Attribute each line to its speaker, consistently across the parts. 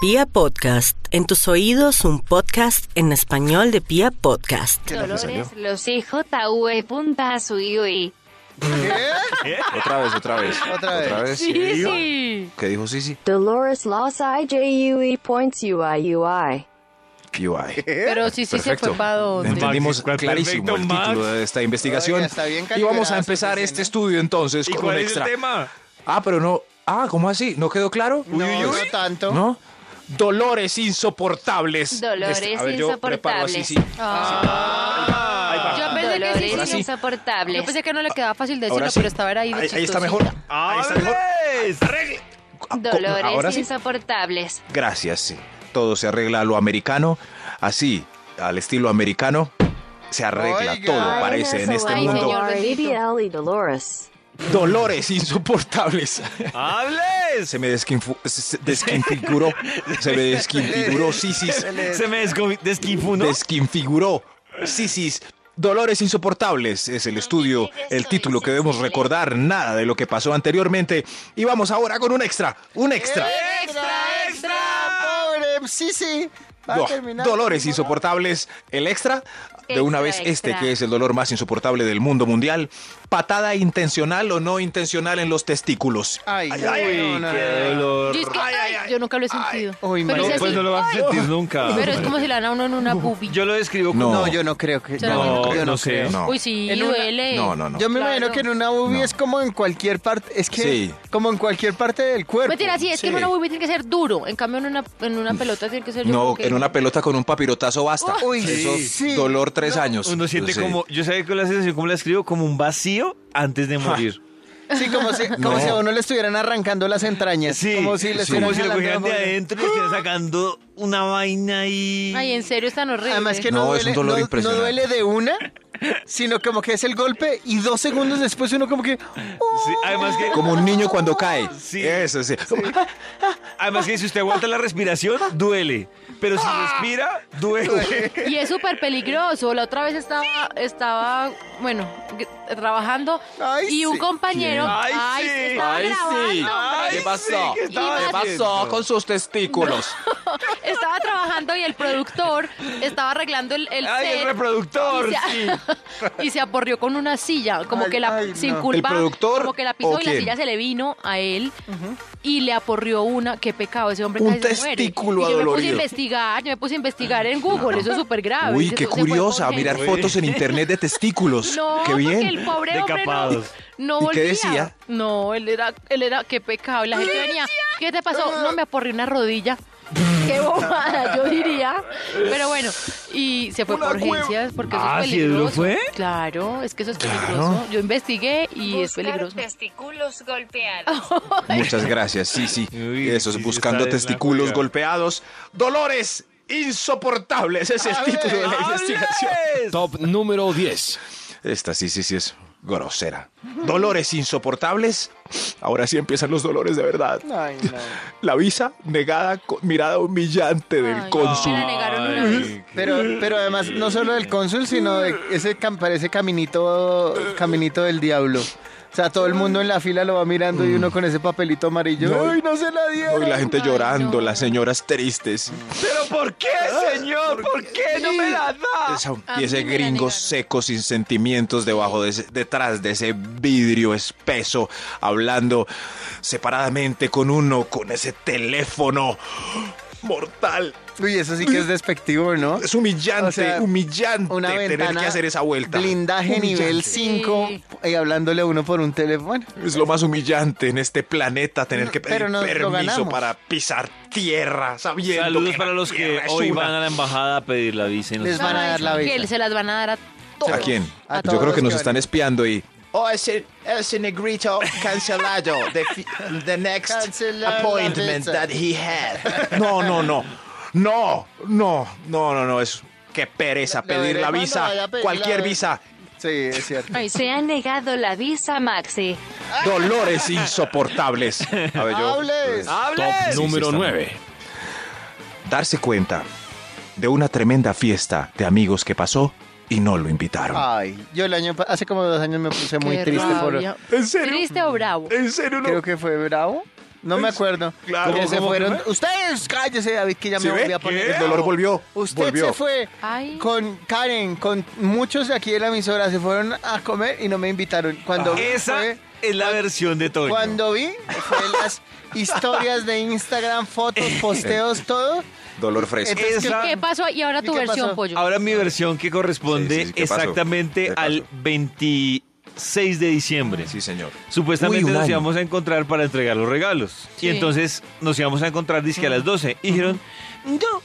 Speaker 1: Pia Podcast, en tus oídos un podcast en español de Pia Podcast.
Speaker 2: Dolores, los IJV punta su iui.
Speaker 3: Otra vez, otra vez.
Speaker 4: Otra vez.
Speaker 2: Sí, sí.
Speaker 3: ¿Qué dijo Sisi?
Speaker 5: Dolores Los IJUE E points UIUI.
Speaker 3: UI.
Speaker 6: Pero sí, sí se
Speaker 3: Perfecto.
Speaker 6: fue para donde.
Speaker 3: Entendimos
Speaker 7: Max? ¿Cuál
Speaker 3: clarísimo
Speaker 7: perfecto,
Speaker 3: el
Speaker 7: Max?
Speaker 3: título de esta investigación.
Speaker 4: Oiga, está bien
Speaker 3: y vamos a
Speaker 4: calibrada su
Speaker 3: empezar este
Speaker 4: escena.
Speaker 3: estudio entonces
Speaker 7: ¿Y
Speaker 3: con un
Speaker 7: cuál
Speaker 3: extra.
Speaker 7: es el tema?
Speaker 3: Ah, pero no. Ah, ¿cómo así? ¿No quedó claro?
Speaker 4: No, no tanto.
Speaker 3: ¿No? Dolores insoportables.
Speaker 2: Dolores
Speaker 3: Este- a ver, yo preparo a
Speaker 2: insoportables.
Speaker 3: Sisi.
Speaker 6: Yo pensé que sí,
Speaker 2: Ah. Dolores
Speaker 6: sí, no.
Speaker 2: insoportables.
Speaker 6: Yo pensé que no le quedaba fácil decirlo,
Speaker 3: Ahora sí.
Speaker 6: pero estaba era ahí de
Speaker 3: Ahí, ahí está
Speaker 6: chistosita.
Speaker 3: mejor. Ahí está mejor. Ah, co-
Speaker 2: Dolores
Speaker 3: Ahora sí.
Speaker 2: insoportables.
Speaker 3: Gracias, sí. Todo se arregla a lo americano. Así, al estilo americano, se arregla
Speaker 4: Oiga.
Speaker 3: todo,
Speaker 4: Ay,
Speaker 3: parece, en
Speaker 5: INSOY
Speaker 3: este
Speaker 6: Ay,
Speaker 3: mundo.
Speaker 6: señor. bendito.
Speaker 5: ABL y Dolores.
Speaker 3: Dolores insoportables.
Speaker 7: ¡Hables!
Speaker 3: Se me desquinfu- se- se desquinfiguró. Se me desquinfiguró, sisis.
Speaker 7: Se me desco- desquinfunó.
Speaker 3: Desquinfiguró, sisis. Dolores insoportables es el estudio, el título que debemos recordar, nada de lo que pasó anteriormente. Y vamos ahora con un extra, un extra.
Speaker 4: ¡Extra, extra! ¡Pobre! Sí, sí. Va
Speaker 3: Buah,
Speaker 4: a terminar.
Speaker 3: dolores insoportables, el extra, de una vez
Speaker 2: Extra,
Speaker 3: este
Speaker 2: extra.
Speaker 3: que es el dolor más insoportable del mundo mundial, patada intencional o no intencional en los testículos.
Speaker 4: Ay,
Speaker 7: Ay, ay,
Speaker 4: no, no,
Speaker 7: qué
Speaker 4: no, no.
Speaker 7: dolor.
Speaker 6: Yo, es que, ay, yo nunca lo he sentido.
Speaker 4: Uy,
Speaker 6: pero,
Speaker 4: no,
Speaker 7: No,
Speaker 6: es así,
Speaker 7: pues no lo vas a
Speaker 6: ay,
Speaker 7: sentir nunca.
Speaker 6: pero es como si le dan a uno en una pubi.
Speaker 7: Yo lo describo
Speaker 3: No.
Speaker 7: como...
Speaker 4: No, yo no creo que.
Speaker 6: Se
Speaker 4: yo
Speaker 6: la van a
Speaker 7: comer.
Speaker 4: yo
Speaker 7: No sé.
Speaker 4: creo.
Speaker 3: Eh, No.
Speaker 6: Uy, sí,
Speaker 4: En una-
Speaker 6: duele.
Speaker 3: No, no, no.
Speaker 4: Yo me
Speaker 6: Claro.
Speaker 4: imagino que en una UBI
Speaker 3: No.
Speaker 4: es como en cualquier parte. Es que.
Speaker 3: Sí.
Speaker 4: Como en cualquier parte del cuerpo.
Speaker 6: Mentira, sí, es que en
Speaker 3: Sí.
Speaker 6: una pubi tiene que ser duro. En cambio, en una, en una pelota tiene que ser yo
Speaker 3: No,
Speaker 6: creo que-
Speaker 3: en una pelota con un papirotazo basta.
Speaker 4: Uy,
Speaker 3: Eso,
Speaker 4: sí.
Speaker 3: dolor tres años.
Speaker 7: Uno siente
Speaker 3: Sí.
Speaker 7: como... Yo sabía que la sensación, ¿cómo la escribo? Como un vacío antes de morir.
Speaker 4: Sí, como si, como
Speaker 3: No.
Speaker 4: si a uno le estuvieran arrancando las entrañas.
Speaker 7: Sí,
Speaker 4: Como si le
Speaker 7: sí. como
Speaker 4: estuvieran
Speaker 7: si lo
Speaker 4: jalando
Speaker 7: cogieran
Speaker 4: la
Speaker 7: de
Speaker 4: bola.
Speaker 7: adentro y le estuvieran sacando una vaina ahí.
Speaker 6: Ay, en serio, es tan horrible.
Speaker 4: Además que
Speaker 3: No,
Speaker 4: no,
Speaker 3: es
Speaker 4: duele,
Speaker 3: un dolor
Speaker 4: no- no
Speaker 3: impresionante.
Speaker 4: duele de una, sino como que es el golpe y dos segundos después uno como que...
Speaker 7: Sí, además que...
Speaker 3: Como un niño cuando cae.
Speaker 7: Sí.
Speaker 3: Eso, sí. Como-
Speaker 7: Además que si usted aguanta la respiración, duele. Pero si respira, Ah. duele.
Speaker 6: Y es súper peligroso. La otra vez estaba, estaba bueno, g- trabajando
Speaker 4: Ay,
Speaker 6: y un
Speaker 4: sí.
Speaker 6: compañero...
Speaker 7: Ay, sí.
Speaker 6: estaba
Speaker 3: Ay, sí.
Speaker 6: grabando,
Speaker 7: Ay,
Speaker 3: ¿Qué
Speaker 7: sí,
Speaker 3: pasó?
Speaker 7: ¿qué estaba
Speaker 3: ¿Qué pasó
Speaker 7: haciendo?
Speaker 3: con sus testículos?
Speaker 6: Estaba trabajando y el productor estaba arreglando el, el
Speaker 7: Ay, el
Speaker 6: set
Speaker 7: reproductor.
Speaker 6: y se- y se aporrió con una silla, como
Speaker 4: Ay,
Speaker 6: que la
Speaker 4: ay, no.
Speaker 6: sin culpa,
Speaker 3: ¿El productor
Speaker 6: como que la
Speaker 3: o
Speaker 6: pisó y la
Speaker 3: quién?
Speaker 6: silla se le vino a él y le aporrió una, qué pecado ese hombre
Speaker 3: Un
Speaker 6: casi se muere.
Speaker 3: testículo
Speaker 6: Y yo me puse a
Speaker 3: adolorido.
Speaker 6: investigar, yo me puse a investigar en Google, eso es súper grave.
Speaker 3: Uy,
Speaker 6: Dice,
Speaker 3: qué
Speaker 6: "Tú se fue con
Speaker 3: curiosa. Mirar
Speaker 6: gente".
Speaker 3: fotos en internet de testículos.
Speaker 6: No,
Speaker 3: qué
Speaker 6: porque el
Speaker 3: bien.
Speaker 6: pobre hombre no,
Speaker 7: Decapados.
Speaker 6: no
Speaker 3: ¿Y qué
Speaker 6: volvía.
Speaker 3: decía?
Speaker 6: No, él era, él era, qué pecado. La gente venía, ¿qué te pasó? No, me aporré una rodilla. Qué bobada, yo diría. Pero bueno, y se fue por urgencias porque eso
Speaker 7: Ah,
Speaker 6: es
Speaker 7: ¿sí lo
Speaker 6: peligroso.
Speaker 7: fue?
Speaker 6: Claro, es que eso es peligroso. Yo investigué y es peligroso. Oh,
Speaker 2: testículos golpeados.
Speaker 3: Muchas gracias. Sí, sí.
Speaker 7: Uy,
Speaker 3: Eso es
Speaker 7: sí,
Speaker 3: buscando
Speaker 7: está en la
Speaker 3: testículos
Speaker 7: jugada.
Speaker 3: golpeados. Dolores insoportables es el título de la investigación.
Speaker 8: Top número 10.
Speaker 3: Esta sí, sí, sí es grosera. Dolores insoportables. Ahora sí empiezan los dolores de verdad.
Speaker 4: Ay, no.
Speaker 3: La visa negada con mirada humillante del
Speaker 6: Ay,
Speaker 3: cónsul.
Speaker 6: me la negaron una vez.
Speaker 4: Pero, pero además no solo del cónsul, sino de ese, cam- parece caminito, caminito del diablo. O sea, todo el mundo en la fila lo va mirando y uno con ese papelito amarillo.
Speaker 3: Mm. No.
Speaker 4: ¡Ay, no se la
Speaker 3: No,
Speaker 4: dieron!
Speaker 3: y la gente
Speaker 6: Ay,
Speaker 3: llorando,
Speaker 6: no.
Speaker 3: las señoras tristes.
Speaker 7: ¿Pero por qué,
Speaker 3: Ah,
Speaker 7: señor? ¿Por qué no me la da?
Speaker 3: Esa-
Speaker 6: A
Speaker 3: y
Speaker 6: mí
Speaker 3: ese
Speaker 6: me la
Speaker 3: gringo
Speaker 6: negaron.
Speaker 3: seco, sin sentimientos, debajo de ese- detrás de ese vidrio espeso, hablando separadamente con uno, con ese teléfono mortal.
Speaker 4: Uy, eso sí que es despectivo, ¿no?
Speaker 3: Es humillante,
Speaker 4: O sea,
Speaker 3: humillante
Speaker 4: Una
Speaker 3: tener
Speaker 4: ventana
Speaker 3: que hacer esa vuelta.
Speaker 4: Blindaje
Speaker 3: Humillante.
Speaker 4: nivel 5
Speaker 6: Sí.
Speaker 4: y hablándole a uno por un teléfono.
Speaker 3: Es lo más humillante en este planeta tener que pedir
Speaker 4: pero nos lo
Speaker 3: permiso
Speaker 4: ganamos.
Speaker 3: para pisar tierra, sabiendo
Speaker 7: Saludos
Speaker 3: que
Speaker 7: para
Speaker 3: la
Speaker 7: los que
Speaker 3: tierra es
Speaker 7: hoy
Speaker 3: una.
Speaker 7: van a la embajada a pedir la visa. y no
Speaker 4: Les
Speaker 7: sé-
Speaker 4: van a
Speaker 6: Ay,
Speaker 4: dar la
Speaker 6: que
Speaker 4: visa.
Speaker 6: se las van a dar a todos.
Speaker 3: ¿A quién?
Speaker 4: A
Speaker 3: Yo creo
Speaker 4: todos
Speaker 3: que
Speaker 4: los
Speaker 3: nos
Speaker 4: que
Speaker 3: están
Speaker 4: van.
Speaker 3: espiando y
Speaker 9: Oh, ese, ese negrito cancelado. The, fi- the next
Speaker 4: Cancelar la
Speaker 9: appointment
Speaker 4: visa.
Speaker 9: that he had.
Speaker 3: No, no, no. No, no, no, no, no. Es qué pereza
Speaker 4: Le- le
Speaker 3: pedir
Speaker 4: diré
Speaker 3: la
Speaker 4: cuando
Speaker 3: visa.
Speaker 4: vaya a pedir
Speaker 3: Cualquier
Speaker 4: la-
Speaker 3: visa.
Speaker 4: Sí, es cierto.
Speaker 6: Ay, sí.
Speaker 2: Se ha negado la visa, Maxi.
Speaker 3: Dolores insoportables. A ver, yo-
Speaker 4: ¡Hables!
Speaker 3: Top
Speaker 8: Número 9.
Speaker 3: Darse cuenta de una tremenda fiesta de amigos que pasó y no lo invitaron.
Speaker 4: Ay, yo el año pa- hace como dos años me puse muy
Speaker 6: Qué
Speaker 4: triste por
Speaker 6: rabia. ¿Triste o bravo?
Speaker 3: ¿En serio
Speaker 4: creo que fue bravo. No me acuerdo.
Speaker 3: Claro.
Speaker 4: Que
Speaker 3: ¿Cómo,
Speaker 4: se
Speaker 3: cómo,
Speaker 4: fueron.
Speaker 3: cómo?
Speaker 4: Ustedes, cállese, David, que ya
Speaker 3: ¿Sí
Speaker 4: me
Speaker 3: ve?
Speaker 4: volví a poner.
Speaker 3: ¿Qué?
Speaker 4: el
Speaker 3: El
Speaker 4: dolor.
Speaker 3: dolor
Speaker 9: volvió.
Speaker 4: Usted se fue
Speaker 6: Ay.
Speaker 4: con Karen, con muchos de aquí de la emisora, se fueron a comer y no me invitaron. Cuando vi
Speaker 7: Ah. Esa
Speaker 4: fue-
Speaker 7: es la versión de Toño.
Speaker 4: cuando vi fue las historias de Instagram, fotos, posteos, todo.
Speaker 3: Dolor fresco.
Speaker 4: Entonces,
Speaker 7: Esa-
Speaker 4: ¿qué-
Speaker 6: ¿Qué pasó? Y ahora
Speaker 4: ¿Y
Speaker 6: tu
Speaker 4: qué
Speaker 6: versión,
Speaker 4: pasó?
Speaker 6: pollo.
Speaker 7: Ahora mi versión que corresponde
Speaker 3: Sí, sí, ¿qué pasó?
Speaker 7: exactamente
Speaker 3: ¿Qué
Speaker 7: al
Speaker 3: pasó?
Speaker 7: 26 de diciembre.
Speaker 3: Sí, señor.
Speaker 7: Supuestamente
Speaker 8: Uy, un
Speaker 7: nos
Speaker 8: año.
Speaker 7: íbamos a encontrar para entregar los regalos.
Speaker 6: Sí.
Speaker 7: Y entonces nos íbamos a encontrar disque a las 12. Y dijeron, no,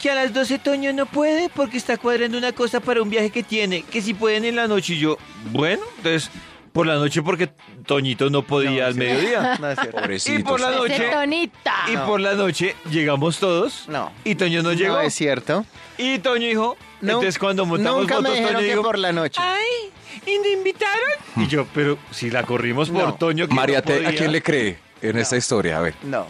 Speaker 7: que a las 12 Toño no puede porque está cuadrando una cosa para un viaje que tiene, que si pueden en la noche. Y yo, bueno, entonces por la noche porque Toñito no podía al mediodía.
Speaker 4: No es cierto.
Speaker 3: Pobrecitos.
Speaker 7: Y por la
Speaker 6: Ese
Speaker 7: noche...
Speaker 6: tonita.
Speaker 7: Y por la noche llegamos todos.
Speaker 4: Ah, No.
Speaker 7: Y Toño no llegó.
Speaker 4: No es cierto.
Speaker 7: Y Toño dijo,
Speaker 4: No,
Speaker 7: entonces cuando montamos
Speaker 4: Nunca me
Speaker 7: motos,
Speaker 4: dijeron
Speaker 7: Toño
Speaker 4: que
Speaker 7: dijo,
Speaker 4: por la noche.
Speaker 7: ¡ay! ¿Y no invitaron? Y yo, pero si la corrimos por
Speaker 4: No.
Speaker 7: Toño, que
Speaker 8: María,
Speaker 7: no
Speaker 8: T, ¿a
Speaker 7: podía".
Speaker 8: quién le cree en esta historia? A ver.
Speaker 4: No.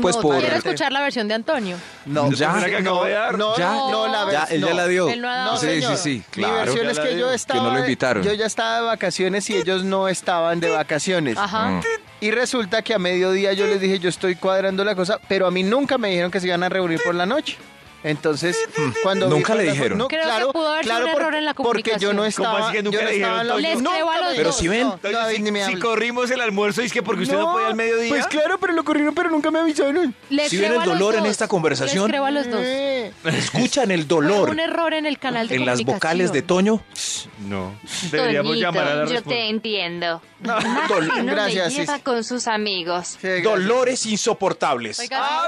Speaker 8: Pues
Speaker 6: no,
Speaker 8: por-
Speaker 6: Quiero escuchar la versión de Antonio.
Speaker 4: No,
Speaker 8: ¿Ya?
Speaker 4: no,
Speaker 8: ¿Será
Speaker 7: que acabo de dar?
Speaker 4: no,
Speaker 8: ¿Ya?
Speaker 4: no, la
Speaker 8: Ya,
Speaker 4: verdad.
Speaker 8: él ya la dio.
Speaker 6: Él no ha dado.
Speaker 4: No,
Speaker 8: sí,
Speaker 4: señor.
Speaker 8: sí, sí,
Speaker 4: Mi
Speaker 8: claro.
Speaker 4: versión
Speaker 7: Ya
Speaker 4: es
Speaker 7: la
Speaker 4: que
Speaker 7: dio.
Speaker 4: yo
Speaker 7: Que no
Speaker 4: estaba.
Speaker 8: lo invitaron.
Speaker 4: Yo ya estaba de vacaciones y ellos no estaban de vacaciones.
Speaker 3: Mm.
Speaker 6: Ajá.
Speaker 4: Y resulta que a mediodía yo les dije, yo estoy cuadrando la cosa, pero a mí nunca me dijeron que se iban a reunir por la noche. Entonces, cuando...
Speaker 8: Nunca
Speaker 4: vi-
Speaker 8: le dijeron.
Speaker 4: No,
Speaker 6: Creo que pudo haber sido un
Speaker 4: por-
Speaker 6: error en la
Speaker 4: Porque yo
Speaker 6: comunicación.
Speaker 4: no
Speaker 6: ¿Cómo
Speaker 4: estaba...
Speaker 7: así que nunca
Speaker 4: yo no
Speaker 7: le
Speaker 4: estaba
Speaker 7: dijeron?
Speaker 4: en la-
Speaker 6: Les
Speaker 4: Nunca
Speaker 6: creo a
Speaker 4: me
Speaker 6: los
Speaker 4: dijeron.
Speaker 6: dos. Pero si ven.
Speaker 4: No,
Speaker 7: Toño,
Speaker 4: David,
Speaker 7: si,
Speaker 4: ni me
Speaker 7: si
Speaker 4: hable.
Speaker 7: corrimos el almuerzo, es que porque usted no, podía al mediodía.
Speaker 4: Pues claro, pero lo corrieron, pero nunca me avisaron.
Speaker 6: Les
Speaker 3: Si ven
Speaker 6: creo
Speaker 3: el
Speaker 6: a los
Speaker 3: dolor en
Speaker 6: dos.
Speaker 3: esta conversación,
Speaker 6: Les creo a los dos.
Speaker 4: Eh,
Speaker 3: Escuchan el
Speaker 6: Fue
Speaker 3: dolor
Speaker 6: un error en el canal de
Speaker 3: en las
Speaker 6: comunicación.
Speaker 3: vocales de Toño.
Speaker 7: No. Deberíamos
Speaker 2: Toñito,
Speaker 7: llamar a la
Speaker 2: yo te
Speaker 7: responsable.
Speaker 2: entiendo. Más
Speaker 4: Dol-
Speaker 2: que no
Speaker 4: gracias,
Speaker 2: me lleva
Speaker 4: Sis.
Speaker 2: con sus amigos.
Speaker 4: sí, gracias.
Speaker 3: Dolores insoportables.
Speaker 6: Oiga,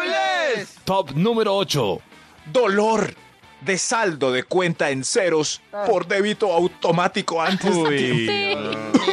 Speaker 8: Top número 8.
Speaker 3: Dolor de saldo de cuenta en ceros
Speaker 4: Ah.
Speaker 3: por débito automático
Speaker 4: Pues,
Speaker 3: antes de tiempo.
Speaker 7: Uy.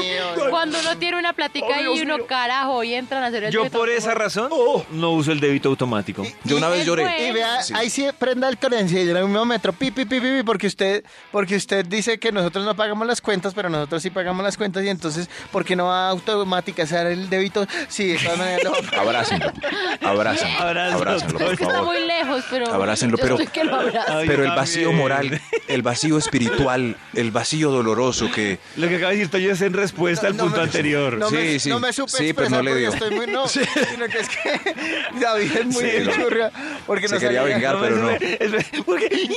Speaker 6: Cuando uno tiene una
Speaker 3: Oh,
Speaker 6: platica y uno, carajo, y entran a hacer el
Speaker 7: Yo
Speaker 6: dueto.
Speaker 7: por esa razón
Speaker 3: Oh.
Speaker 7: no uso el débito automático.
Speaker 8: Yo una
Speaker 6: Y
Speaker 8: vez
Speaker 6: él
Speaker 8: lloré.
Speaker 6: fue-
Speaker 4: Y vea,
Speaker 3: Sí.
Speaker 4: ahí sí prenda el credenciadómetro, pi, pi, pi, pi, pi, porque usted, porque usted dice que nosotros no pagamos las cuentas, pero nosotros sí pagamos las cuentas, y entonces, ¿por qué no va a automatizar el débito? Sí, de todas maneras lo va a pagar.
Speaker 3: Abrácenlo. Abrácenlo.
Speaker 7: Abrazo.
Speaker 3: Abrácenlo,
Speaker 6: Es
Speaker 3: por
Speaker 6: que está
Speaker 3: favor.
Speaker 6: muy lejos, pero.
Speaker 3: Abrácenlo,
Speaker 6: yo
Speaker 3: pero- Ah,
Speaker 6: estoy que lo abrazo.
Speaker 7: Ay,
Speaker 3: Pero el
Speaker 7: también.
Speaker 3: vacío moral, el vacío espiritual, el vacío doloroso que...
Speaker 7: Lo que acaba de decir Toño es en respuesta al
Speaker 4: No
Speaker 7: punto
Speaker 4: me-
Speaker 7: anterior.
Speaker 4: No, me,
Speaker 8: Sí, sí.
Speaker 4: no me supe
Speaker 8: Sí, pero
Speaker 4: expresar
Speaker 8: no le
Speaker 4: porque
Speaker 8: dio.
Speaker 4: estoy muy no, sino que es que David es muy
Speaker 3: Sí, no.
Speaker 4: churria porque
Speaker 8: Se
Speaker 4: no
Speaker 8: quería
Speaker 4: sabía-
Speaker 8: vengar, pero no.
Speaker 7: Porque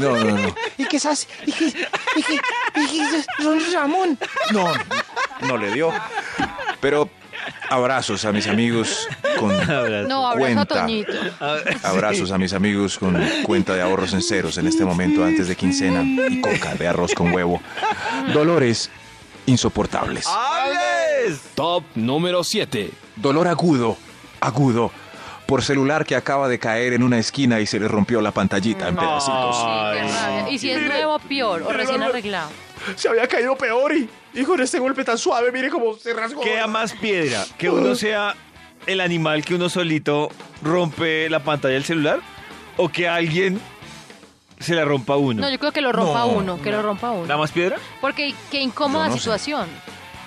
Speaker 8: No, no, no.
Speaker 9: ¿Y qué haces? ¿Y qué? ¿Y qué? ¿Y qué? Don Ramón.
Speaker 3: No, no le dio. Pero abrazos a mis amigos con
Speaker 6: No, abrazo a
Speaker 3: cuenta.
Speaker 6: Toñito.
Speaker 3: Abrazos a mis amigos con cuenta de ahorros en ceros en este momento antes de quincena y coca de arroz con huevo. Dolores insoportables.
Speaker 7: ¡Hables!
Speaker 8: Top número 7.
Speaker 3: Dolor agudo, agudo, por celular que acaba de caer en una esquina y se le rompió la pantallita en pedacitos.
Speaker 6: Qué rabia. Y si es nuevo, peor, o recién arreglado.
Speaker 9: Se había caído peor y, y con este golpe tan suave, mire cómo se rasgó.
Speaker 7: Queda más piedra que uno sea el animal que uno solito rompe la pantalla del celular o que alguien se la rompa a uno.
Speaker 6: No, yo creo que lo rompa
Speaker 3: No,
Speaker 6: uno, que lo rompa uno.
Speaker 7: ¿Da más piedra?
Speaker 6: Porque qué incómoda
Speaker 3: Yo no sé. Mm.
Speaker 6: situación.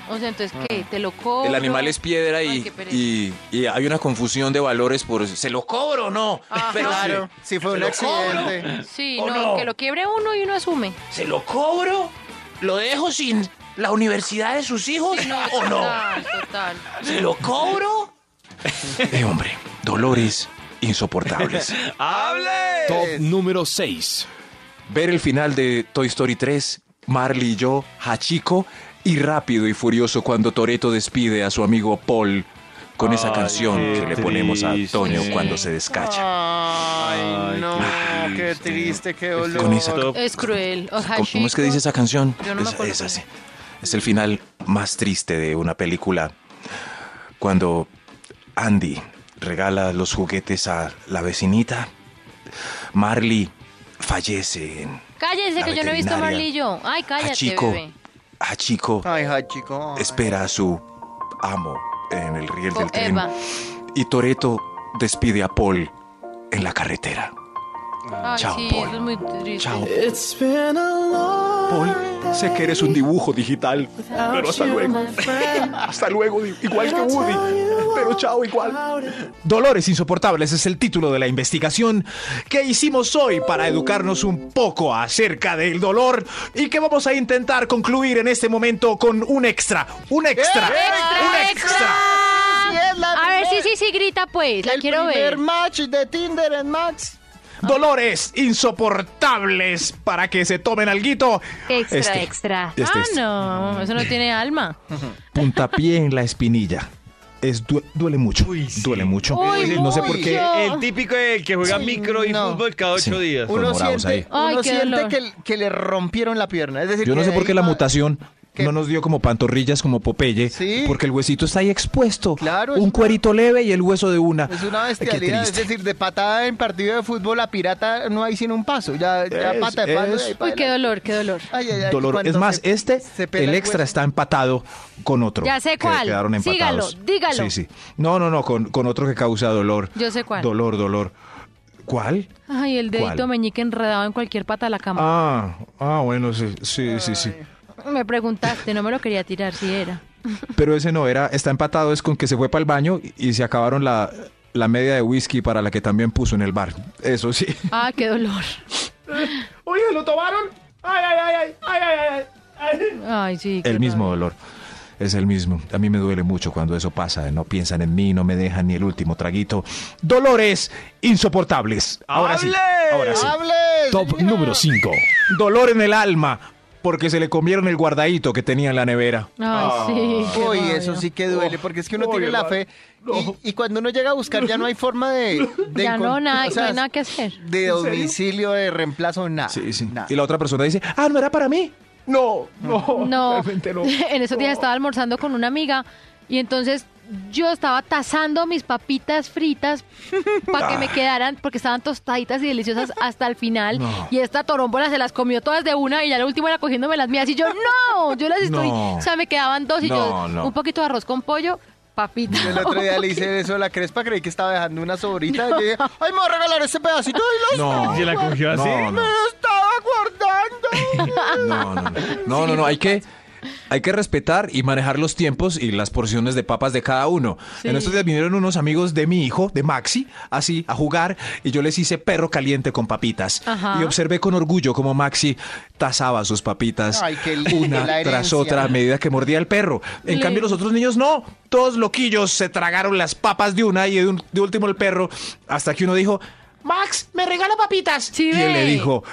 Speaker 6: O sea, entonces, ¿qué? ¿Te lo cobro?
Speaker 8: El animal es piedra
Speaker 6: Ay,
Speaker 8: y,
Speaker 6: qué pereza.
Speaker 8: y, y hay una confusión de valores por... ¿Se lo cobro o no?
Speaker 6: Ajá.
Speaker 8: Pero sí.
Speaker 4: Claro, sí fue un accidente.
Speaker 6: Sí,
Speaker 8: ¿O
Speaker 6: no,
Speaker 8: no?
Speaker 6: que lo quiebre uno y uno asume.
Speaker 8: ¿Se lo cobro? ¿Lo dejo sin la universidad de sus hijos o no?
Speaker 6: Total, total.
Speaker 8: ¿Se lo cobro?
Speaker 3: Eh, hombre, dolores insoportables.
Speaker 7: ¡Hable!
Speaker 8: Top número 6.
Speaker 3: Ver el final de Toy Story 3, Marley y yo, Hachiko, y rápido y furioso cuando Toreto despide a su amigo Paul con esa
Speaker 7: Ay,
Speaker 3: canción
Speaker 7: qué
Speaker 3: que le ponemos a
Speaker 7: triste.
Speaker 3: Toño
Speaker 6: Sí.
Speaker 3: cuando se descacha.
Speaker 4: Ay, no, qué triste, qué dolor.
Speaker 3: Con esa-
Speaker 6: Es cruel. O sea,
Speaker 3: ¿Cómo, cómo es que dice esa canción?
Speaker 6: Yo no me
Speaker 3: es,
Speaker 6: acuerdo
Speaker 3: es
Speaker 6: cómo
Speaker 3: así. Es el final más triste de una película cuando Andy regala los juguetes a la vecinita. Marley fallece en
Speaker 6: Cállense,
Speaker 3: La
Speaker 6: que yo no he visto a
Speaker 3: veterinaria. Ah,
Speaker 6: Marlillo. Ay, cállate,
Speaker 3: Hachiko.
Speaker 6: bebé.
Speaker 3: Hachiko
Speaker 4: Ay, ja, chico. ay.
Speaker 3: espera a su amo en el riel
Speaker 6: O
Speaker 3: del tren.
Speaker 6: Oh, Eva.
Speaker 3: Y Toreto despide a Paul en la carretera.
Speaker 6: Ay,
Speaker 3: Chao,
Speaker 6: sí,
Speaker 3: Paul.
Speaker 6: eso es muy triste.
Speaker 3: Chao. Paul, sé que eres un dibujo digital, pero hasta luego. Hasta luego, di- igual que Woody. Pero chao, igual. Dolores insoportables es el título de la investigación que hicimos hoy para educarnos un poco acerca del dolor y que vamos a intentar concluir en este momento con un extra. Un extra.
Speaker 6: ¡Extra,
Speaker 3: un
Speaker 6: extra!
Speaker 4: es la
Speaker 6: A ver, sí,
Speaker 4: primer-
Speaker 6: sí, sí, grita pues. La
Speaker 4: el
Speaker 6: quiero ver.
Speaker 4: primer match de Tinder en Max.
Speaker 3: Dolores insoportables para que se tomen alguito.
Speaker 2: Extra,
Speaker 3: Este,
Speaker 2: extra.
Speaker 3: este,
Speaker 6: Ah,
Speaker 3: este.
Speaker 6: no, eso no tiene alma.
Speaker 3: Puntapié en la espinilla. Es due- duele mucho. Duele mucho.
Speaker 6: Uy,
Speaker 3: no sé por
Speaker 4: mucho.
Speaker 3: qué.
Speaker 7: El típico del que juega
Speaker 4: Sí,
Speaker 7: micro y
Speaker 4: no.
Speaker 7: fútbol cada ocho
Speaker 3: Sí.
Speaker 7: días.
Speaker 3: Uno
Speaker 4: Uno
Speaker 3: morados
Speaker 4: siente,
Speaker 6: ahí.
Speaker 4: uno
Speaker 6: Ay, qué
Speaker 4: siente
Speaker 6: dolor.
Speaker 4: que, que le rompieron la pierna. Es decir,
Speaker 3: Yo no
Speaker 4: que
Speaker 3: sé
Speaker 4: de
Speaker 3: por qué
Speaker 4: ahí
Speaker 3: la
Speaker 4: va-
Speaker 3: mutación
Speaker 4: que-
Speaker 3: no nos dio como pantorrillas, como Popeye,
Speaker 4: Sí.
Speaker 3: porque el huesito está ahí expuesto.
Speaker 4: Claro, es
Speaker 3: un
Speaker 4: una-
Speaker 3: cuerito leve y el hueso de una.
Speaker 4: Es una
Speaker 3: Ay, qué
Speaker 4: bestialidad. Es
Speaker 3: triste.
Speaker 4: decir, de patada en partido de fútbol, la pirata no hay sin un paso. Ya, ya
Speaker 3: Es-
Speaker 4: pata de palo.
Speaker 3: es-
Speaker 4: de ahí para
Speaker 6: Uy, qué
Speaker 4: adelante.
Speaker 6: dolor, qué dolor.
Speaker 4: Ay, ay, ay,
Speaker 3: Dolor.
Speaker 4: cuando
Speaker 3: Es más,
Speaker 4: se-
Speaker 3: este,
Speaker 4: se pela
Speaker 3: el
Speaker 4: el
Speaker 3: extra
Speaker 4: hueso.
Speaker 3: está empatado con otro.
Speaker 6: Ya sé
Speaker 3: que
Speaker 6: cuál.
Speaker 3: quedaron empatados.
Speaker 6: Sígalo, dígalo.
Speaker 3: Sí, sí. No, no, no, con, con otro que causa dolor.
Speaker 6: Yo sé cuál.
Speaker 3: Dolor, dolor. ¿Cuál?
Speaker 6: Ay, el dedito
Speaker 3: ¿Cuál?
Speaker 6: meñique enredado en cualquier pata de la cama.
Speaker 3: Ah, ah, bueno, sí, sí, sí, sí.
Speaker 6: Me preguntaste, no me lo quería tirar si era.
Speaker 3: Pero ese no era, está empatado, es con que se fue para el baño y se acabaron la, la media de whisky para la que también puso en el bar. Eso sí.
Speaker 6: Ah, qué dolor.
Speaker 8: Oye, ¿lo tomaron? Ay, ay, ay, ay, ay, ay, ay. ay.
Speaker 6: Ay, sí. qué
Speaker 3: El mismo
Speaker 6: rabia.
Speaker 3: dolor. Es el mismo. A mí me duele mucho cuando eso pasa. No piensan en mí, no me dejan ni el último traguito. Dolores insoportables. Ahora sí.
Speaker 7: ¡Hable!
Speaker 3: Ahora sí.
Speaker 4: ¡Hable,
Speaker 10: Top
Speaker 4: señor!
Speaker 10: número 5.
Speaker 3: Dolor en el alma porque se le comieron el guardadito que tenía en la nevera.
Speaker 6: Ay,
Speaker 8: Ah.
Speaker 6: sí. qué
Speaker 4: Uy,
Speaker 6: rabia.
Speaker 4: eso sí que duele, porque es que uno tiene la fe y, y cuando uno llega a buscar ya no hay forma de... de
Speaker 6: Ya no,
Speaker 4: encon-
Speaker 6: nada,
Speaker 4: o sea,
Speaker 6: no hay nada que hacer.
Speaker 4: De domicilio, de reemplazo, nada.
Speaker 3: Sí, sí.
Speaker 4: nada.
Speaker 3: Y la otra persona dice, ah, no era para mí.
Speaker 8: No, no,
Speaker 6: No,
Speaker 8: realmente no.
Speaker 6: en esos días estaba almorzando con una amiga y entonces yo estaba tasando mis papitas fritas para que me quedaran, porque estaban tostaditas y deliciosas hasta el final.
Speaker 3: No.
Speaker 6: Y esta torombola se las comió todas de una y ya la última era cogiéndome las mías. Y yo, no, yo las estoy.
Speaker 3: No.
Speaker 6: O sea, me quedaban dos y
Speaker 3: No,
Speaker 6: yo,
Speaker 3: no.
Speaker 6: un poquito de arroz con pollo, papita.
Speaker 4: Yo el otro día le hice eso a la crespa, creí que estaba dejando una sobrita. Y yo dije, ay, me voy a regalar ese pedacito y los
Speaker 3: No.
Speaker 7: Y se la cogió así.
Speaker 3: No, no.
Speaker 4: lo estaba guardando.
Speaker 3: No, no, no. No, no, no, Hay que, hay que respetar y manejar los tiempos y las porciones de papas de cada uno. En estos días vinieron unos amigos de mi hijo, de Maxi, así, a jugar, y yo les hice perro caliente con papitas.
Speaker 6: Ajá.
Speaker 3: Y observé con orgullo cómo Maxi tasaba sus papitas
Speaker 4: Ay, qué lindo,
Speaker 3: una
Speaker 4: la
Speaker 3: tras
Speaker 4: herencia.
Speaker 3: otra a medida que mordía el perro. En
Speaker 6: Lindo.
Speaker 3: cambio, los otros niños no. Todos loquillos se tragaron las papas de una y de, un- de último el perro, hasta que uno dijo,
Speaker 8: Max, ¿me regala papitas?
Speaker 6: Sí,
Speaker 3: y él le
Speaker 6: ve.
Speaker 3: dijo,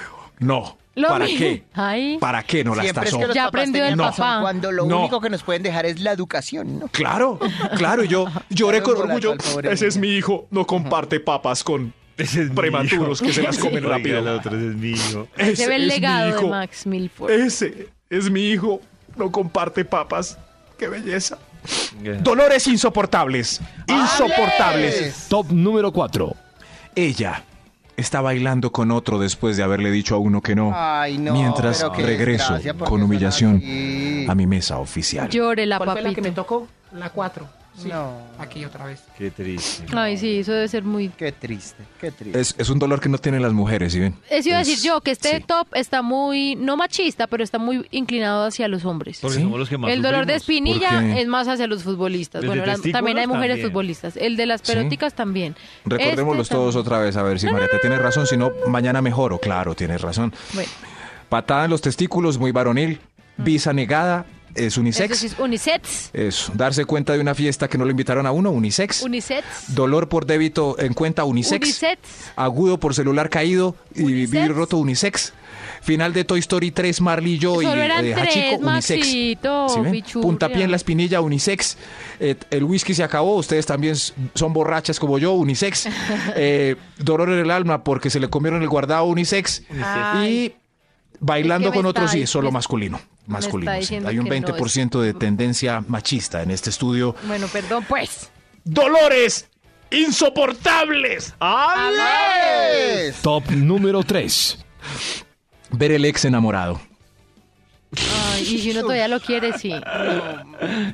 Speaker 3: no.
Speaker 6: Lo
Speaker 3: ¿Para
Speaker 6: mi-
Speaker 3: qué?
Speaker 6: Ay.
Speaker 3: ¿Para qué no las
Speaker 4: Siempre es
Speaker 3: tasó?
Speaker 4: que los
Speaker 6: Ya
Speaker 4: papás
Speaker 6: aprendió
Speaker 4: tenían
Speaker 6: el
Speaker 4: razón,
Speaker 6: papá.
Speaker 4: Cuando lo
Speaker 3: No.
Speaker 4: único que nos pueden dejar es la educación, ¿no?
Speaker 3: Claro, claro, y yo lloré con
Speaker 4: Claro,
Speaker 3: orgullo.
Speaker 4: al pobre
Speaker 3: Ese es
Speaker 4: niño.
Speaker 3: mi hijo, no comparte papas con
Speaker 7: Ese es mi
Speaker 3: prematuros
Speaker 7: hijo.
Speaker 3: que se las comen
Speaker 7: Oiga,
Speaker 3: rápido.
Speaker 7: el otro ese es mi hijo.
Speaker 3: Ese
Speaker 6: Se ve el
Speaker 3: es mi
Speaker 6: legado de
Speaker 3: hijo.
Speaker 6: Max Milford.
Speaker 3: Ese es mi hijo, no comparte papas. ¡Qué belleza! Dolores insoportables, insoportables.
Speaker 10: Top número 4.
Speaker 3: Ella está bailando con otro después de haberle dicho a uno que no.
Speaker 4: Ay, no,
Speaker 3: mientras
Speaker 4: pero qué
Speaker 3: regreso
Speaker 4: desgracia, ¿por qué
Speaker 3: con
Speaker 4: son
Speaker 3: humillación
Speaker 4: así?
Speaker 3: a mi mesa oficial.
Speaker 6: Llore la
Speaker 8: ¿Cuál fue la que me
Speaker 6: papita.
Speaker 8: tocó? La 4. Sí.
Speaker 4: No.
Speaker 8: Aquí otra vez.
Speaker 7: Qué triste.
Speaker 6: Ay, sí, eso debe ser muy
Speaker 4: Qué triste, qué triste.
Speaker 3: Es, es un dolor que no tienen las mujeres, ¿sí ven?
Speaker 6: Eso iba a decir
Speaker 3: Es-
Speaker 6: yo, que este
Speaker 3: sí.
Speaker 6: top está muy, no machista, pero está muy inclinado hacia los hombres.
Speaker 7: Porque
Speaker 3: ¿Sí?
Speaker 7: somos los que más
Speaker 6: el dolor de
Speaker 7: sufrimos.
Speaker 6: espinilla
Speaker 3: ¿Por qué?
Speaker 6: es más hacia los futbolistas.
Speaker 7: Desde
Speaker 6: Bueno, las-
Speaker 7: testículos
Speaker 6: también hay mujeres
Speaker 7: también.
Speaker 6: futbolistas. El de las
Speaker 3: Sí.
Speaker 6: peróticas también.
Speaker 3: Recordémoslos
Speaker 6: Este
Speaker 3: todos
Speaker 6: también.
Speaker 3: otra vez, a ver si María te tienes razón, si no, mañana mejoro. Claro, tienes razón.
Speaker 6: Bueno,
Speaker 3: Patada en los testículos, muy varonil. Visa negada, es unisex.
Speaker 6: eso sí es unisex.
Speaker 3: Eso, darse cuenta de una fiesta que no lo invitaron a uno, unisex.
Speaker 6: Unisex.
Speaker 3: Dolor por débito en cuenta, unisex.
Speaker 6: Unisex.
Speaker 3: Agudo por celular caído y
Speaker 6: Unisex.
Speaker 3: vivir roto, unisex. Final de Toy Story 3, Marley y yo y
Speaker 6: Solo eran
Speaker 3: eh,
Speaker 6: tres,
Speaker 3: Hachiko, unisex.
Speaker 6: Maxito,
Speaker 3: ¿Sí ven?
Speaker 6: pichurria.
Speaker 3: Puntapié en la espinilla, unisex. Eh, el whisky se acabó, ustedes también s- son borrachas como yo, unisex. Eh, dolor en el alma porque se le comieron el guardado, unisex. Y
Speaker 6: Ay.
Speaker 3: bailando
Speaker 6: Es que me
Speaker 3: con otros,
Speaker 6: está
Speaker 3: sí,
Speaker 6: di-
Speaker 3: solo
Speaker 6: me-
Speaker 3: masculino. Masculino, sí.
Speaker 6: diciendo
Speaker 3: Hay un
Speaker 6: que no es-
Speaker 3: 20% de tendencia machista en este estudio.
Speaker 6: Bueno, perdón, pues.
Speaker 3: ¡Dolores insoportables!
Speaker 4: ¡Hables!
Speaker 10: Top número 3.
Speaker 3: Ver el ex enamorado.
Speaker 6: Ay, y si uno todavía lo quiere, sí.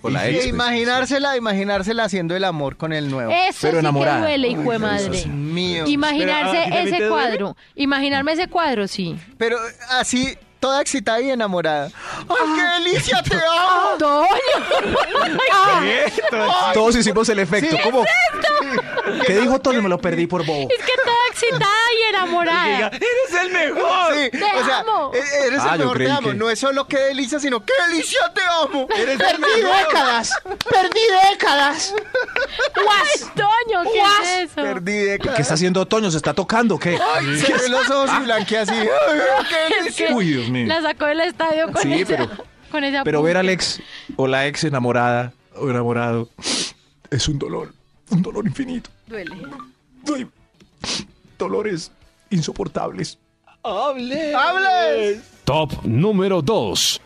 Speaker 3: O la
Speaker 4: Y
Speaker 3: ex, pues.
Speaker 4: imaginársela, imaginársela haciendo el amor con el nuevo.
Speaker 6: Eso
Speaker 3: Pero
Speaker 6: sí
Speaker 3: enamorada.
Speaker 6: que duele, hijo de
Speaker 3: Uy, eso
Speaker 6: madre.
Speaker 3: sí.
Speaker 4: Mío.
Speaker 7: Pero, ¿a
Speaker 6: Imaginarse
Speaker 7: ti también te
Speaker 6: ese
Speaker 7: duele?
Speaker 6: cuadro. Imaginarme ese cuadro, sí.
Speaker 4: Pero así, toda excitada y enamorada. ¡Ay, qué delicia, te amo!
Speaker 6: Toño.
Speaker 7: Ah.
Speaker 3: Todos hicimos el efecto. ¿Cómo? ¿Qué dijo Tony? Me lo perdí por bobo.
Speaker 6: Es que toda excitada y enamorada.
Speaker 7: ¡Eres el mejor!
Speaker 4: Sí,
Speaker 6: Te
Speaker 4: o sea,
Speaker 6: amo.
Speaker 4: e- eres
Speaker 3: Ah, yo
Speaker 4: el mejor, te
Speaker 3: creí
Speaker 4: amo.
Speaker 3: que-
Speaker 4: No es solo qué delicia, sino qué delicia te amo. Eres el
Speaker 8: Perdí décadas. Perdí décadas.
Speaker 6: ¡Guas! Toño, ¿qué
Speaker 8: Guas.
Speaker 6: es eso?
Speaker 4: Perdí
Speaker 3: ¿Qué está
Speaker 4: décadas.
Speaker 3: haciendo Otoño? ¿Se está tocando? o ¿Qué?
Speaker 4: Ay, cerré los ojos y blanqueé así. Ay, qué
Speaker 6: Es que
Speaker 3: Uy, Dios mío.
Speaker 6: La sacó del estadio con
Speaker 3: Sí,
Speaker 6: esa-
Speaker 3: pero-
Speaker 6: con ese
Speaker 3: Pero ver al
Speaker 6: apunte.
Speaker 3: ex o la ex enamorada o enamorado es un dolor, un dolor infinito.
Speaker 6: Duele.
Speaker 3: Ay, Dolores insoportables.
Speaker 7: ¡Hable!
Speaker 4: ¡Hables!
Speaker 10: Top número 2.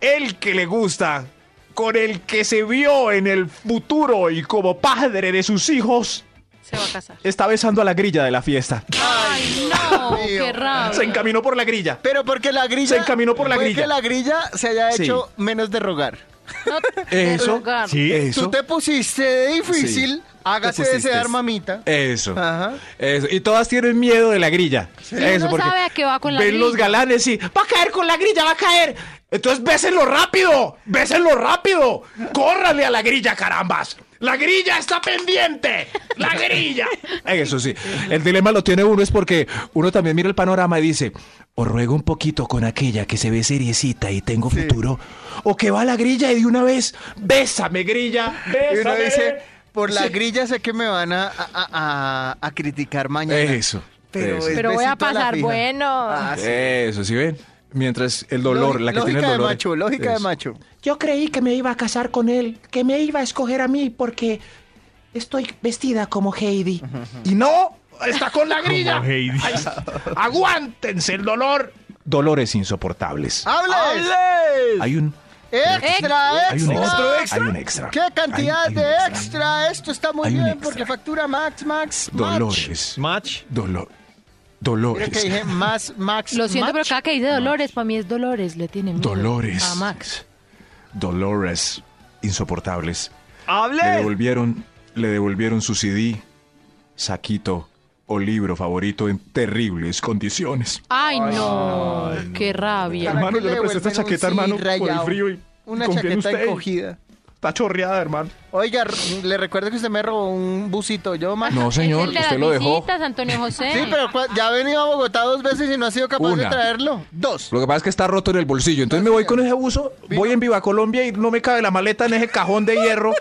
Speaker 3: El que le gusta, con el que se vio en el futuro y como padre de sus hijos,
Speaker 6: Se va a casar.
Speaker 3: está besando a la grilla de la fiesta.
Speaker 6: ¡Ay, no!
Speaker 4: mío.
Speaker 6: ¡Qué rabia!
Speaker 3: Se encaminó por la grilla.
Speaker 4: Pero porque la grilla.
Speaker 3: Se encaminó por la
Speaker 4: puede
Speaker 3: grilla.
Speaker 4: que la grilla se haya
Speaker 3: Sí.
Speaker 4: hecho menos de rogar.
Speaker 6: No, de
Speaker 3: Eso.
Speaker 6: rogar.
Speaker 3: Sí, eso.
Speaker 4: Tú te pusiste de difícil,
Speaker 3: Sí.
Speaker 4: hágase
Speaker 3: Te pusiste. Eh,
Speaker 4: desear, mamita.
Speaker 3: Eso.
Speaker 4: Ajá.
Speaker 3: Eso. Y todas tienen miedo de la grilla. Eso,
Speaker 6: uno
Speaker 3: porque
Speaker 6: sabe a qué va con la
Speaker 3: ven los
Speaker 6: grilla.
Speaker 3: galanes y va a caer con la grilla, va a caer. Entonces bésenlo rápido, bésenlo rápido. Córrale a la grilla, carambas. La grilla está pendiente. La grilla. Eso sí. El dilema lo tiene uno es porque uno también mira el panorama y dice, o ruego un poquito con aquella que se ve seriecita y tengo futuro, o que va a la grilla y de una vez, bésame grilla,
Speaker 4: Y
Speaker 3: bésame.
Speaker 4: uno dice, por la grilla sé que me van a, a- a- a criticar mañana.
Speaker 3: Eso,
Speaker 4: Pero,
Speaker 3: eso.
Speaker 4: es
Speaker 6: Pero voy a
Speaker 4: besito la
Speaker 6: pasar
Speaker 4: fija.
Speaker 6: bueno.
Speaker 4: Ah, sí.
Speaker 3: Eso, ¿sí ven? Mientras el dolor,
Speaker 4: Lógi-
Speaker 3: la que
Speaker 4: lógica
Speaker 3: tiene el
Speaker 4: de
Speaker 3: dolor.
Speaker 4: macho, lógica de
Speaker 3: Eso.
Speaker 4: macho.
Speaker 11: Yo creí que me iba a casar con él, que me iba a escoger a mí porque estoy vestida como Heidi.
Speaker 3: Y no, está con la grilla.
Speaker 7: Como Heidi.
Speaker 3: Ahí está. Aguántense el dolor. Dolores insoportables.
Speaker 4: ¡Hables!
Speaker 3: Hay un,
Speaker 4: ¡Extra,
Speaker 3: hay un
Speaker 4: extra!
Speaker 3: extra. Hay un extra.
Speaker 4: ¡Qué cantidad
Speaker 3: Hay-
Speaker 4: de
Speaker 3: hay un
Speaker 4: extra! Esto está muy
Speaker 3: Hay un
Speaker 4: bien
Speaker 3: extra.
Speaker 4: porque factura Max, Max, Max.
Speaker 3: Dolores.
Speaker 7: Match.
Speaker 3: Dolor.
Speaker 4: Creo
Speaker 3: Dolores.
Speaker 4: que dije más, Max,
Speaker 6: Lo
Speaker 4: Max.
Speaker 6: siento, pero cada que dice Dolores, para mí es Dolores, le tiene miedo.
Speaker 3: Dolores.
Speaker 6: A Max.
Speaker 3: Dolores insoportables. Le
Speaker 7: ¡Hable!
Speaker 3: devolvieron, le devolvieron su CD, saquito o libro favorito en terribles condiciones.
Speaker 6: Ay, no, qué rabia.
Speaker 4: Para
Speaker 3: Hermano,
Speaker 4: que
Speaker 3: yo le presté esta
Speaker 4: devuelvan un
Speaker 3: chaqueta, hermano,
Speaker 4: sí
Speaker 3: por el
Speaker 4: rayado.
Speaker 3: frío y
Speaker 4: Una
Speaker 3: confío en
Speaker 4: chaqueta
Speaker 3: usted.
Speaker 4: encogida.
Speaker 3: Está chorreada, hermano.
Speaker 4: Oiga, r- le recuerdo que usted me robó un busito, yo, Max.
Speaker 3: No, señor,
Speaker 6: Es el de
Speaker 3: usted
Speaker 6: las
Speaker 3: lo dejó.
Speaker 6: visitas, Antonio José.
Speaker 4: Sí, pero cua- ya ha venido a Bogotá dos veces y no ha sido capaz de
Speaker 3: Una.
Speaker 4: traerlo. Dos.
Speaker 3: Lo que pasa es que está roto en el bolsillo. Entonces me voy con ese abuso, voy en Viva Colombia y no me cabe la maleta en ese cajón de hierro.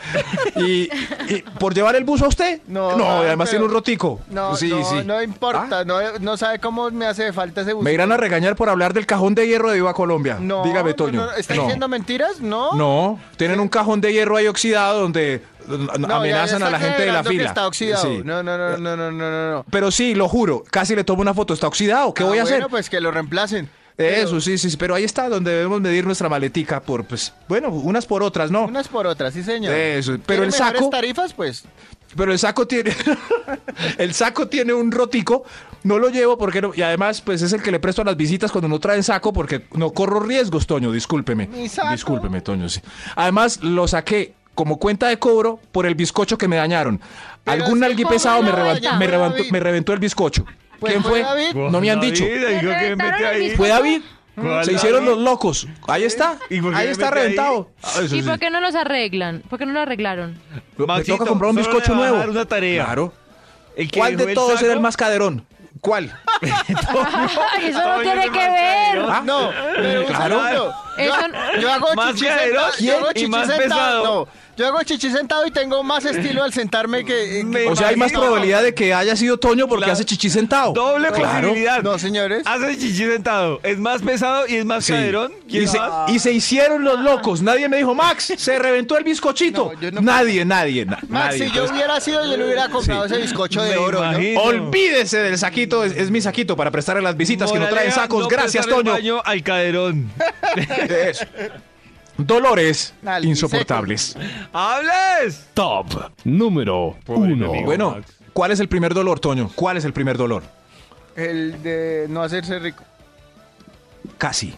Speaker 3: y, y por llevar el buzo a usted.
Speaker 4: No,
Speaker 3: no
Speaker 4: ay, pero-
Speaker 3: además tiene un rotico.
Speaker 4: No,
Speaker 3: Sí,
Speaker 4: no,
Speaker 3: sí. Ah,
Speaker 4: no importa. Ah. No, no sabe cómo me hace falta ese busito.
Speaker 3: Me irán a regañar por hablar del cajón de hierro de Viva Colombia.
Speaker 4: No,
Speaker 3: Dígame,
Speaker 4: no,
Speaker 3: Toño.
Speaker 4: no, no. ¿Está
Speaker 3: No.
Speaker 4: diciendo mentiras? No.
Speaker 3: No, tienen un cajón de hierro ahí oxidado donde eh,
Speaker 4: No, ya-
Speaker 3: amenazan
Speaker 4: ya
Speaker 3: a la
Speaker 4: está
Speaker 3: gente de la
Speaker 4: revelando que
Speaker 3: fila.
Speaker 4: está oxidado.
Speaker 3: Sí.
Speaker 4: No, no, no, no, no, no, no, no.
Speaker 3: Pero sí, lo juro, casi le tomo una foto. Está oxidado, ¿qué
Speaker 4: Ah,
Speaker 3: voy a
Speaker 4: Bueno,
Speaker 3: hacer?
Speaker 4: pues que lo reemplacen.
Speaker 3: Eso, sí, sí, sí, pero ahí está donde debemos medir nuestra maletica por, pues, bueno, unas por otras, ¿no?
Speaker 4: Unas por otras, sí, señor.
Speaker 3: Eso, pero
Speaker 4: ¿Quiere
Speaker 3: el
Speaker 4: mejores
Speaker 3: saco-
Speaker 4: tarifas, pues.
Speaker 3: Pero el saco tiene. el saco tiene un rotico. No lo llevo porque no- Y además, pues es el que le presto a las visitas cuando no traen saco, porque no corro riesgos, Toño. Discúlpeme.
Speaker 4: Mi saco.
Speaker 3: Discúlpeme, Toño, sí. Además, lo saqué como cuenta de cobro por el bizcocho que me dañaron.
Speaker 4: Pero
Speaker 3: Algún
Speaker 4: ese
Speaker 3: algui
Speaker 4: cobro
Speaker 3: pesado me,
Speaker 4: lo
Speaker 3: reba-
Speaker 4: dañaron,
Speaker 3: me reventó,
Speaker 4: David.
Speaker 3: me reventó el bizcocho.
Speaker 4: Pues
Speaker 3: ¿Quién
Speaker 4: fue
Speaker 3: fue?
Speaker 4: David. Mm.
Speaker 3: No me han dicho.
Speaker 7: dijo que
Speaker 6: reventaron
Speaker 7: mete
Speaker 6: el
Speaker 7: ahí.
Speaker 6: bizcocho.
Speaker 3: ¿Fue David?
Speaker 7: ¿Cuál
Speaker 3: Se hicieron
Speaker 7: David?
Speaker 3: los locos. Ahí está.
Speaker 7: ¿Y por qué
Speaker 3: Ahí
Speaker 7: me
Speaker 3: está
Speaker 7: mete ahí?
Speaker 3: reventado. Ah, eso
Speaker 6: ¿Y
Speaker 3: sí.
Speaker 6: por qué no los arreglan? ¿Por qué no lo arreglaron?
Speaker 3: Me
Speaker 7: Maxito,
Speaker 3: toca comprar un
Speaker 7: solo le
Speaker 3: bizcocho
Speaker 7: va a
Speaker 3: nuevo.
Speaker 7: dar una tarea.
Speaker 3: Claro.
Speaker 7: El que
Speaker 3: ¿Cuál
Speaker 7: dejó
Speaker 3: de
Speaker 7: el
Speaker 3: todos era el
Speaker 7: saco,
Speaker 3: más caderón? ¿Cuál?
Speaker 6: Ay, eso no
Speaker 7: Oye,
Speaker 6: tiene
Speaker 7: ese
Speaker 6: que
Speaker 7: manchero.
Speaker 6: ver.
Speaker 3: Ah,
Speaker 4: No, pero un
Speaker 3: claro.
Speaker 4: segundo.
Speaker 6: Eso
Speaker 4: Yo,
Speaker 6: no-
Speaker 4: yo hago
Speaker 7: Más
Speaker 4: chichi
Speaker 7: caderón,
Speaker 4: sentado. Yo hago
Speaker 7: ¿quién? Y
Speaker 4: chichi
Speaker 7: más
Speaker 4: sentado.
Speaker 7: pesado.
Speaker 4: No, yo hago chichi sentado y tengo más estilo al sentarme que. eh,
Speaker 7: Me
Speaker 4: que-
Speaker 3: O sea, hay más
Speaker 7: Imagino.
Speaker 3: probabilidad de que haya sido Toño porque
Speaker 7: Claro.
Speaker 3: hace chichi sentado.
Speaker 7: Doble
Speaker 3: claro.
Speaker 7: posibilidad.
Speaker 4: No, señores.
Speaker 7: Hace chichi sentado. Es más pesado y es más
Speaker 3: Sí.
Speaker 7: caderón. ¿Quién
Speaker 3: Y "Ah, se,
Speaker 7: más?
Speaker 3: y se hicieron los locos. Nadie me dijo, Max, se reventó el bizcochito.
Speaker 4: No, yo no-
Speaker 3: nadie, nadie, na-
Speaker 4: Max,
Speaker 3: nadie. pues.
Speaker 4: si yo
Speaker 3: Entonces,
Speaker 4: hubiera sido, yo le hubiera comprado ese bizcocho de
Speaker 7: Me
Speaker 4: oro. ¿no?
Speaker 7: imagino.
Speaker 3: Olvídese del saquito, es, es mi saquito para prestar a las visitas que no traen
Speaker 7: Moraleja,
Speaker 3: sacos.
Speaker 7: no
Speaker 3: Gracias,
Speaker 7: prestar el
Speaker 3: Toño.
Speaker 7: baño al caderón.
Speaker 3: Eso. Dolores
Speaker 4: Al
Speaker 3: insoportables.
Speaker 7: ¡Hables!
Speaker 10: Top número 1.
Speaker 3: Bueno, ¿cuál es el primer dolor, Toño? ¿Cuál es el primer dolor?
Speaker 4: El de no hacerse rico.
Speaker 3: Casi.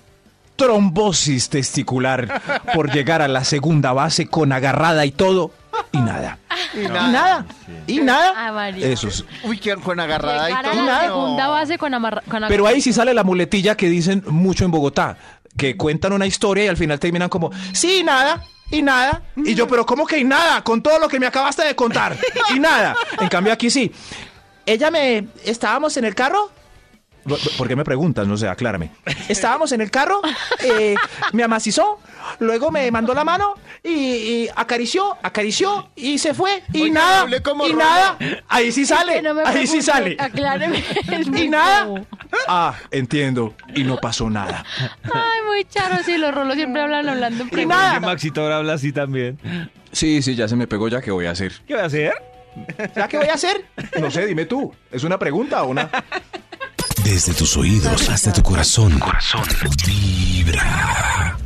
Speaker 3: Trombosis testicular por llegar a la segunda base con agarrada y todo y nada.
Speaker 4: Y nada.
Speaker 3: Y nada.
Speaker 6: Ah, María.
Speaker 3: Eso es.
Speaker 4: Uy, que con agarrada y
Speaker 6: Llegar
Speaker 4: todo.
Speaker 6: a la
Speaker 4: No.
Speaker 6: segunda base con amarra... Con agar-
Speaker 3: Pero ahí sí sale la muletilla que dicen mucho en Bogotá, que cuentan una historia y al final terminan como, sí, nada, y nada. Y yo, pero ¿cómo que y nada? Con todo lo que me acabaste de contar. Y nada. En cambio aquí sí.
Speaker 11: Ella me... Estábamos en el carro
Speaker 3: ¿Por- ¿Por qué me preguntas? No sé, aclárame.
Speaker 11: Estábamos en el carro, eh, me amacizó, luego me mandó la mano y, y acarició, acarició y se fue y
Speaker 4: Oiga,
Speaker 11: nada,
Speaker 4: hablé como
Speaker 11: y
Speaker 4: Roma.
Speaker 11: nada,
Speaker 3: Ahí sí sale.
Speaker 6: Que no me
Speaker 3: ahí sí
Speaker 6: pregunten,
Speaker 3: sale.
Speaker 6: Acláreme. el
Speaker 11: y
Speaker 6: mismo.
Speaker 11: nada.
Speaker 3: Ah, entiendo. Y no pasó nada.
Speaker 6: Ay, muy charo, sí, los rolos siempre hablan hablando en
Speaker 11: Y
Speaker 6: preguntas.
Speaker 11: nada.
Speaker 7: Maxito ahora habla así también.
Speaker 3: Sí, sí, ya se me pegó. ¿Ya qué voy a hacer?
Speaker 7: ¿Qué va a hacer?
Speaker 11: ¿Ya qué voy a hacer?
Speaker 3: No sé, dime tú. ¿Es una pregunta o una...?
Speaker 12: Desde tus oídos hasta tu corazón. Vibra.